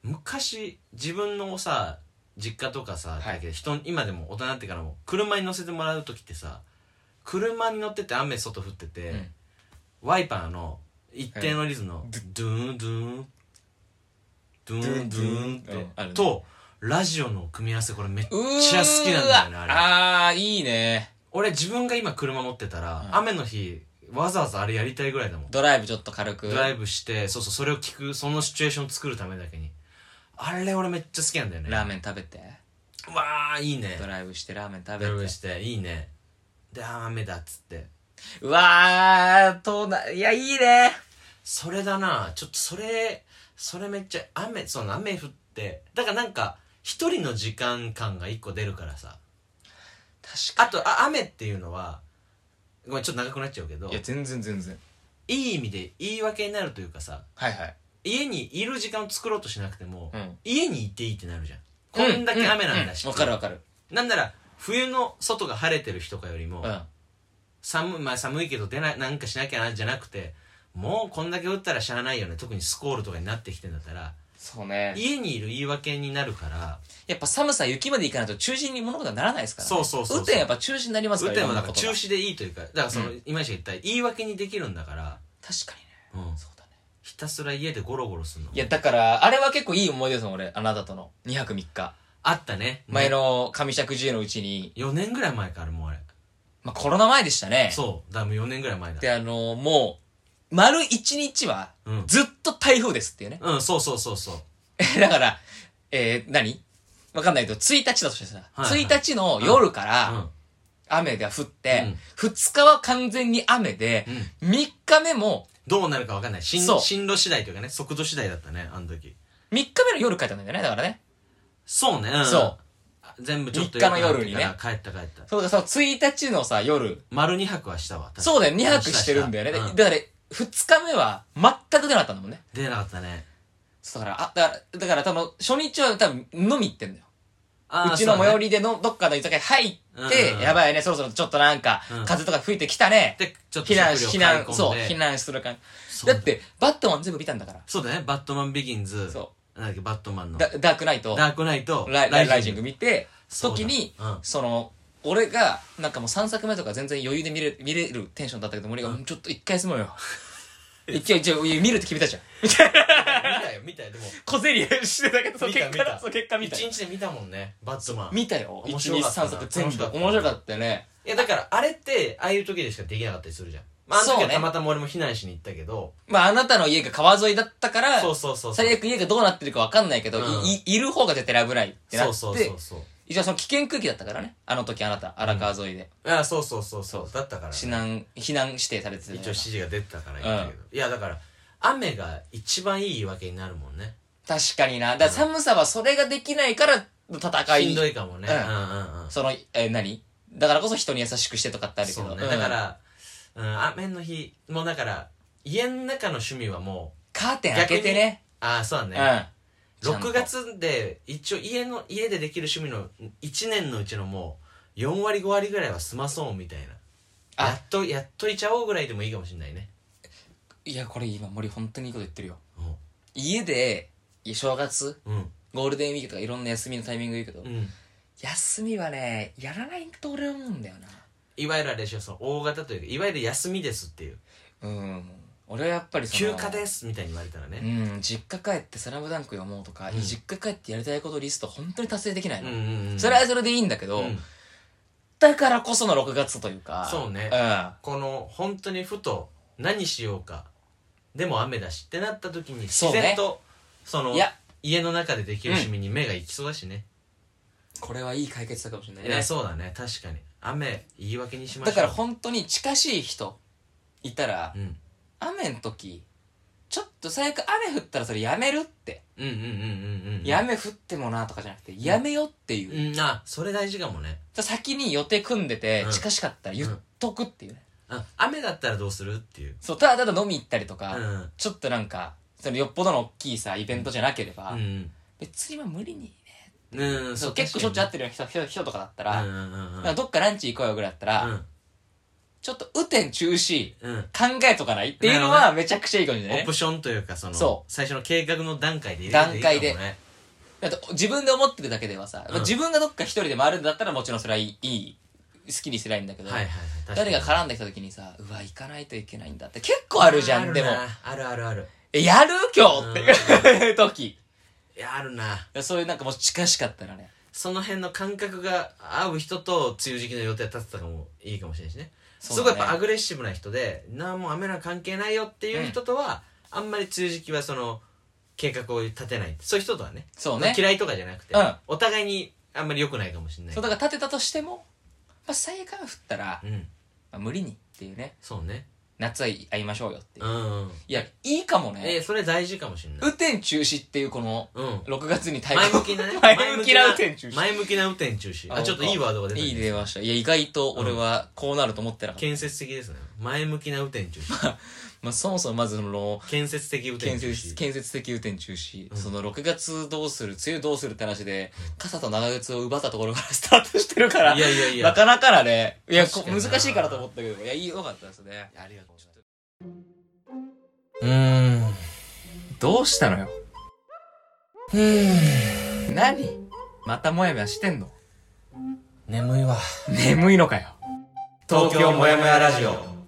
S1: 昔自分のさ実家とかさ
S2: はい
S1: だけど人今でも大人になってからも車に乗せてもらう時ってさ車に乗ってて雨外降ってて、
S2: うん
S1: ワイパーの一定のリズムのドゥンドゥンドゥンドゥン
S2: うんあ
S1: っ
S2: る
S1: て
S2: ね
S1: とラジオの組み合わせこれめっちゃ
S2: うー
S1: 好きなんだよねあれ
S2: ああー、いいね。
S1: 俺自分が今車持ってたら、
S2: うん
S1: 雨の日わざわざあれやりたいぐらいだもん
S2: ドライブちょっと軽く。
S1: ドライブしてそうそうそれを聞くそのシチュエーション作るためだけにあれ俺めっちゃ好きなんだよね
S2: ラーメン食べて。
S1: ンわあいいね
S2: ドライブしてラーメン食べ
S1: ドライブ
S2: て。
S1: していいねであー雨だっつって
S2: うわー、とな、いや、いいね。
S1: それだなちょっとそれそれめっちゃ雨その雨降ってだからなんか一人の時間感が一個出るからさ
S2: 確か
S1: あとあ雨っていうのはごめんちょっと長くなっちゃうけど
S2: に。いや、全然全然。
S1: いい意味で言い訳になるというかさ
S2: はいはい。
S1: 家にいる時間を作ろうとしなくても、
S2: うん
S1: 家にいていいってなるじゃんこんだけ雨なんだし、
S2: うわかるわかる。
S1: なんなら冬の外が晴れてる日とかよりも、
S2: うん。
S1: 寒いまあ、寒いけど出ないなんかしなきゃなじゃなくてもうこんだけ打ったらしゃあないよね特にスコールとかになってきてんだったら
S2: そうね。
S1: 家にいる言い訳になるから
S2: やっぱ寒さ、雪まで行かないと中心に物事はならないですからね。
S1: そうそうそうそう
S2: 雨天やっぱ中心になりますか
S1: 打
S2: ら
S1: てもなん
S2: い
S1: か
S2: ろなこと
S1: 中
S2: が
S1: 止でいいというかだからその、
S2: う
S1: 今井氏が言った言い訳にできるんだから、
S2: 確かにね。
S1: うん
S2: そうだね。
S1: ひたすら家でゴロゴロするの
S2: いや、だから、あれは結構いい思い出ですもん、俺。あなたとの。2泊3日。
S1: あったね
S2: 前の上尺寺へのうちに、
S1: 4年ぐらい前からもうあれ
S2: まあコロナ前でしたね。
S1: そうだからもう4年ぐらい前だ
S2: で、あのもう、丸1日は、
S1: うん
S2: ずっと台風ですっていうね。
S1: うんそうそうそうそう
S2: えだから、えー、何わかんないけど、1日だとしてさ、
S1: はいはい
S2: 1日の夜から
S1: う
S2: 雨が降って、2日は完全に雨で、
S1: ん、うん、
S2: 3日目も、
S1: どうなるか分かんない進
S2: そう
S1: 進路次第というかね速度次第だったねあの時
S2: 3日目の夜帰ったんだよね、だからね。
S1: そうね、うん、
S2: そう
S1: 全部ちょっと
S2: 3日の夜にね
S1: 良くなってから帰った帰った
S2: そうだ、その1日のさ、夜、
S1: 丸2泊はしたわ確か
S2: そうだよ、2泊してるんだよね。
S1: うん
S2: だから、2日目は全く出なかったんだもんね。
S1: 出なかったね
S2: そうだから、あ、だから、だから多分、初日は多分、飲み行ってんだよ。
S1: あー
S2: うちの
S1: そうだ
S2: 最
S1: ね
S2: 寄りでの、どっかの居酒屋入って、
S1: うんうんうん
S2: やばいね、そろそろちょっとなんか、
S1: うん
S2: 風とか吹いてきたね。
S1: でちょっと
S2: 避難、避
S1: 食料買い込ん
S2: 難、
S1: で
S2: そう、避難する感じ。
S1: そう
S2: だって、バットマン全部見たんだから。
S1: そうだねバットマンビギンズ
S2: そ
S1: なんだっけバットマンの
S2: ダダークナイト、
S1: ダークナイト
S2: ライライライジング
S1: グ
S2: 見て、
S1: そうだ
S2: 時に、
S1: うん
S2: その、俺が、なんかもう3作目とか全然余裕で見れ見れるテンションだったけど、森が、うんちょっと一回休 もうよ。一回、一応、見るって決めたじゃん。みたいな。
S1: 見たよ見たよでも
S2: 小競り合いしてたけ ど、その
S1: 見
S2: 結
S1: た見
S2: 果、
S1: た
S2: その結果見たよ。
S1: 一日で見たもんねバットマン
S2: 見たよ。
S1: 面
S2: 1、
S1: 白
S2: 2、
S1: かったな
S2: 3作全部。
S1: 楽しかった
S2: 面白かったよね。
S1: いやだからあれってああいう時でしかできなかったりするじゃんまああの
S2: そ
S1: 時
S2: う
S1: は
S2: ね
S1: たまたま俺も避難しに行ったけど
S2: まあ、あなたの家が川沿いだったから、
S1: そうそうそうそう
S2: 最悪家がどうなってるかわかんないけど、
S1: うん
S2: いいいる方が絶対危ないってなって、
S1: そうそうそうそう
S2: 一応その危険区域だったからね。あの時あなた、荒川沿いで、
S1: ああそうそうそうそ
S2: そうう
S1: だったからね
S2: 避難、避難指定されてた
S1: 一応
S2: じゃない
S1: 指示が出てたから言ったけど、いやだから雨が一番いい言い訳になるもんね
S2: 確かにな。だから寒さはそれができないからの戦い。
S1: しんどいかもね、
S2: う
S1: うんん、うんうん
S2: その、えー何だからこそ人に優しくしてとかってあるけ
S1: そう
S2: ど。
S1: ね、だから、うん、雨の日もうだから家の中の趣味はもう
S2: カーテン開けてね。
S1: ああそうだ
S2: う
S1: ね、
S2: ん。ちゃんと
S1: 6。月で一応家の家でできる趣味の1年のうちのもう4割5割ぐらいは済まそうみたいな
S2: あ
S1: やっとやっといちゃおうぐらいでもいいかもしれないね
S2: いや、これ今森本当にいいこと言ってるよ。
S1: うん
S2: 家で、いや正月、
S1: うん
S2: ゴールデンウィークとかいろんな休みのタイミング言うけど、
S1: うん
S2: 休みはね、やらないと俺は思うんだよな。
S1: いわゆるあれでしょその大型というかいわゆる休みですっていう
S2: うん。俺はやっぱりそ
S1: 休
S2: の。
S1: 暇ですみたいに言われたらね、
S2: うん、実家帰ってスラムダンク読もうとか、
S1: うん
S2: 実家帰ってやりたいことリスト本当に達成できないの。
S1: そ
S2: それはそれでいいんだけど、だからこその6月というか。
S1: そうね
S2: うん。
S1: この本当にふと何しようかでも雨だしってなった時に
S2: そ
S1: 自
S2: うね
S1: 然とその
S2: いや、
S1: 家の中でできる趣味に目が行きそうだしね、
S2: これはいい解決策かもしれない
S1: いや
S2: ね
S1: そうだね確かに雨言い訳にしましょ
S2: だ
S1: う
S2: から本当に近しい人いたら
S1: うん、
S2: 雨の時ちょっと最悪雨降ったらそれやめるって、
S1: うんうんうんうんうん
S2: いや雨降ってもなとかじゃなくてやめよっていう、
S1: うんあそれ大事かもね
S2: 先に予定組んでて
S1: うん
S2: 近しかったら言っとくっていうね、
S1: あ雨だったらどうするっていう
S2: そうただただ飲み行ったりと
S1: う
S2: か、
S1: ん
S2: ちょっとなんかそのよっぽどの大きいさイベントじゃなければ、
S1: うん
S2: 別にまあ無理にね
S1: うん
S2: そう結構しょっちゅう会
S1: あ
S2: ってるような人人人とかだったら、
S1: うんうんうんうん
S2: なんかどっかランチ行こうよぐらいだったら、ちょっと雨天中止
S1: うんうん
S2: 考えとかないっていう
S1: な
S2: の
S1: る
S2: はめちゃくちゃいいかもしれない
S1: オ
S2: ね
S1: プションというかその
S2: そ
S1: 最初の計画の段階で入れ
S2: 段
S1: ていいかも
S2: 階
S1: ね
S2: でだって自分で思ってるだけではさ、まあ自分がどっか一人で回るんだったらもちろんそれはいいいい好きにすりゃいいんだけど、
S1: はいはいはい確か
S2: 誰
S1: に
S2: が絡んできた時にさうわ行かないといけないんだって結構あるじゃん
S1: る
S2: でも
S1: なあるあるある
S2: えやる今日って 時
S1: いやあるな
S2: そういうなんかもう近しかったらね
S1: その辺の感覚が合う人と梅雨時期の予定立てたのもいいかもしれないしね
S2: そう
S1: す
S2: だ
S1: ご
S2: ね
S1: いやっぱアグレッシブな人でなあもう雨なんか関係ないよっていう人とは、あんまり梅雨時期はその計画を立てないそういう人とはね
S2: そうね
S1: 嫌いとかじゃなくて、
S2: うん
S1: お互いにあんまり良くないかもしれない
S2: そうだから立てたとしても、まあ、最悪雨降ったら、
S1: うん
S2: まあ、無理にっていうね
S1: そうね
S2: 夏は会いましょうよっていうう、い
S1: ん
S2: やいいかも
S1: え
S2: ね
S1: ーそれ大事かもしれない
S2: 雨天中止っていうこの
S1: うん
S2: 6月に対
S1: 前向きなね
S2: 前向きな雨天中止
S1: 前向きな雨天中止あちょっといいワードが出たね
S2: いい出ましたいや意外と俺はこうなると思ってなかった、
S1: 建設的ですね前向きな雨天中 止
S2: まあ、そもそもまずその
S1: 建設的雨天
S2: 建
S1: 中
S2: 設
S1: 止
S2: 建設的雨天中止、
S1: うん
S2: その6月どうする梅雨どうするって話で、傘と長靴を奪ったところからスタートしてるから
S1: いやいやいや
S2: なかなかだねいやこ
S1: 確かに
S2: 難
S1: な
S2: しいからと思ったけどいやいいよかったですね
S1: ありがとうございます
S2: うーんどうしたのようーん何またもやもやしてんの
S1: 眠いわ
S2: 眠いのかよ
S1: 東京もやもやラジオ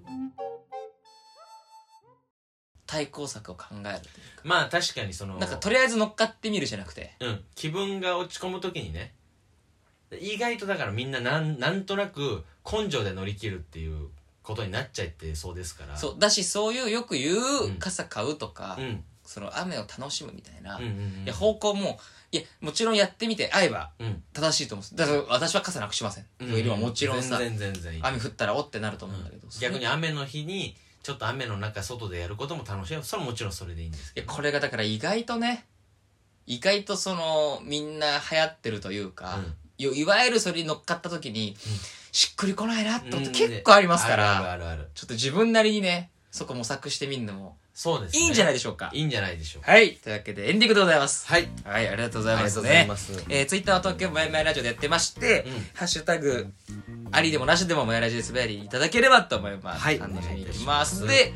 S2: 対抗策を考えるという
S1: まあ確かにその
S2: なんかとりあえず乗っかってみるじゃなくて
S1: うん、気分が落ち込む時にね意外とだからみんななんなんとなく根性で乗り切るっていうことになっちゃってそうですから
S2: そうだしそういうよく言
S1: うん
S2: う傘買うとか、
S1: うん、うん
S2: その雨を楽しむみたいな、
S1: うんう
S2: い
S1: ん
S2: や方向もいやもちろんやってみて会えば
S1: うん
S2: 正しいと思うだから私は傘なくしません、
S1: うん
S2: いるはもちろんさ
S1: 全然全然いい
S2: 雨降ったらおってなると思うんだけど、
S1: うん
S2: それ
S1: 逆に雨の日にちょっと雨の中外でやることも楽しいそれはもちろんそれでいいんです
S2: い
S1: け
S2: や
S1: ど
S2: これがだから意外とね意外とそのみんな流行ってるというか、
S1: うん
S2: いいわゆるそれに乗っかった時に、しっくりこないなってこと
S1: うん
S2: 結構ありますから、
S1: あるあるあるある
S2: ちょっと自分なりにねそこ模索してみるのも
S1: そうです、
S2: いいんじゃない
S1: い
S2: でしょうか、
S1: いいんじゃないでしょうか
S2: はいというわけでエンディングでございます
S1: はい
S2: はいありがとうご
S1: あ
S2: ざい
S1: り
S2: ま
S1: がと
S2: す
S1: うござ
S2: ね
S1: います
S2: えー、ツイッターは東京もやもやラジオでやってまして、
S1: うん
S2: ハッシュタグ、ありでもなしでももやラジオで滑りいただければと思います。
S1: はい
S2: 楽しみにいき
S1: お
S2: ます。
S1: 願いい
S2: で、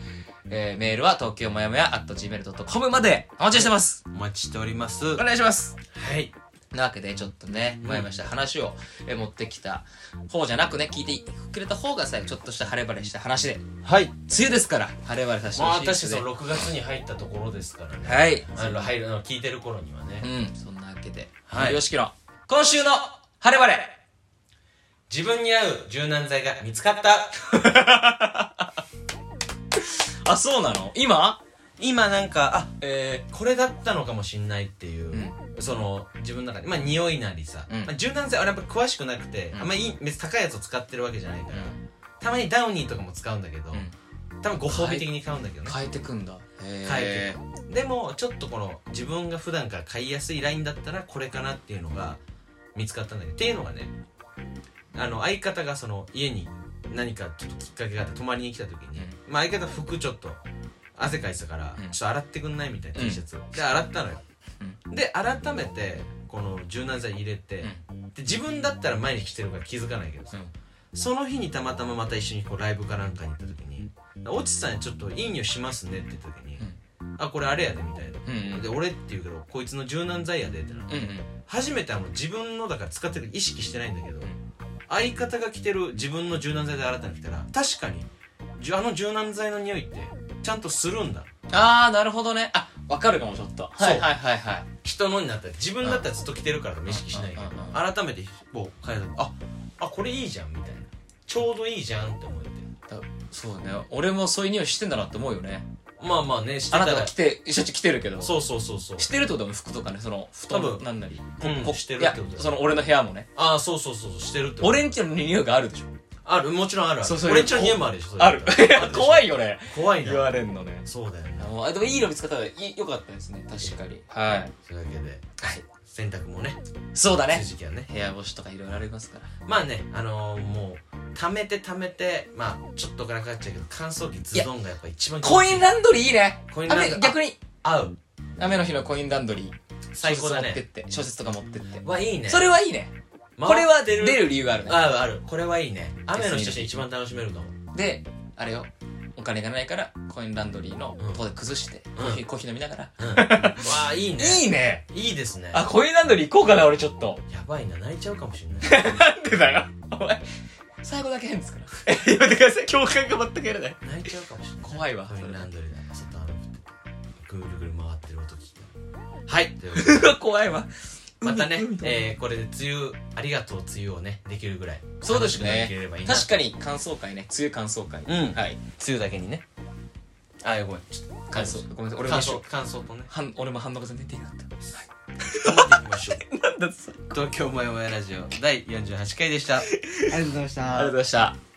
S2: えーメールは東京もやもや at gmail.com までお待ちしてます。
S1: お待ちしております
S2: お願いします。
S1: はい
S2: なわけで、ちょっとね、もやもやした話をえー持ってきた方じゃなくね、聞いてくれた方が最後、ちょっとした晴れ晴れした話で、梅
S1: はい
S2: 雨ですから、晴れ晴れさせて
S1: まあ
S2: ほ
S1: 確か
S2: しいで
S1: に
S2: す
S1: そ
S2: ね。
S1: の6月に入ったところですからね
S2: はい。
S1: あの入るの聞いてる頃にはね
S2: うん、そんなわけで、
S1: はい
S2: よしきの、今週の晴れ晴れ
S1: 自分に合う柔軟剤が見つかった
S2: あ、そうなの今
S1: 今なんかあ
S2: え
S1: これだったのかもしんないっていう、
S2: う
S1: その自分の中でまあ匂いなりさ、
S2: うん
S1: まあ、柔軟剤俺やっぱ詳しくなくて、
S2: うん
S1: あんまいい別に高いやつを使ってるわけじゃないか
S2: ー、
S1: ら、たまにダウニーとかも使うんだけど、
S2: うん
S1: 多分ご褒美的に買うんだけどね
S2: 変えてくんだ
S1: 変えてでもちょっとこの自分が普段から買いやすいラインだったらこれかなっていうのが見つかったんだけどっていうのがねあの相方がその家に何かちょっときっかけがあって泊まりに来た時に、まあ、相方服ちょっと汗かいてたから、
S2: うん
S1: ちょっと洗ってくんないみたいな
S2: うん
S1: T シャツ、で洗ったのよ、で改めてこの柔軟剤入れて、で自分だったら毎日着てるから気づかないけどさ、その日にたまたままた一緒にこうライブかなんかに行った時に「落ちさんちょっといい匂いしますね」って言った時に「あこれあれやで」みたいな
S2: うんうんうん
S1: で俺って言うけどこいつの柔軟剤やでってな
S2: うんうん
S1: 初めてあの自分のだから使ってる意識してないんだけど
S2: ん
S1: 相方が着てる自分の柔軟剤で洗ったの着たら確かにじゅあの柔軟剤の匂いってちゃんとするんだ
S2: ああなるほどねあわかるかもちょっと
S1: そう
S2: はいはいはいはい
S1: 人のになったら自分だったらずっと着てるからとか意識しないけど
S2: うんうんうん
S1: 改めてこう変えたああこれいいじゃんみたいなちょうどいいじゃんって思えて
S2: そうだね俺もそういう匂いしてんだなって思うよね
S1: まあまあねして
S2: あ
S1: た
S2: な
S1: ら
S2: たが来てしょっちゅう来てるけど
S1: そうそうそうそう
S2: してるってことは服とかねその布
S1: 多
S2: 団
S1: 分
S2: なんなり
S1: うん
S2: こ
S1: してるってことだよ
S2: いやその俺の部屋もね
S1: ああそうそうそうそうしてるってこと
S2: 俺んちの匂いがあるでしょ
S1: あるもちろんあるある
S2: そうそう
S1: 俺んちの家もあるでしょそれ
S2: あるいや 怖いよね
S1: 怖い
S2: 言わ
S1: な
S2: れんのね
S1: そうだよね
S2: あでもいいの見つかったらいいよかったですね確かにはいはい
S1: というわけで洗濯もね
S2: そう だね
S1: 時期はね
S2: 部屋干しとかいろいろありますから
S1: まあねあのーもう溜めて溜めてまあちょっとお金かかっちゃうけど乾燥機ズドンがやっぱ一番気持
S2: コ
S1: ちいい
S2: インランドリーいいね
S1: コインランドリー
S2: 雨逆に
S1: 合う
S2: 雨の日のコインランドリー
S1: 最高だ
S2: 小説持っ
S1: ね
S2: てって小説とか持ってって
S1: はいいね
S2: それはいいねこれは出る理由があるね
S1: あるあるこれはいいね雨の日として一番楽しめるかも
S2: であれよお金がないからコインランドリーの
S1: うん
S2: ポで崩してコーヒーコーヒー飲みながら
S1: うんわあいいね
S2: いいね
S1: いいですね
S2: あコインランドリー行こうかな俺ちょっと
S1: やばいな泣いちゃうかもしれない
S2: なんでだよお前最後だけ変ですからやめてください共感が全く得られない
S1: 泣いちゃうかもしれない
S2: 怖いわ
S1: コイ
S2: それ
S1: ンランドリーだ外歩くとぐるぐる回ってる音聞いたはいということで
S2: うわ怖いわ
S1: また ね
S2: 海海、
S1: えー、これで梅雨ありがとう梅雨をねできるぐらい
S2: そうで
S1: 楽し
S2: す
S1: くなけ
S2: ね
S1: ればいいな
S2: 確かに乾燥会ね梅雨乾燥会
S1: うん
S2: はい
S1: 梅雨だけにねあごめんちょっと
S2: 乾燥ごめんなさい俺も
S1: 感
S2: 一
S1: 想
S2: 緒
S1: 感想と ね
S2: はん俺も反応が全然出なかっ
S1: 頑張っていきましょう
S2: たなんだそれ
S1: 東京もやもやラジオ第48回でした
S3: ありがとうございました
S2: ありがとうございました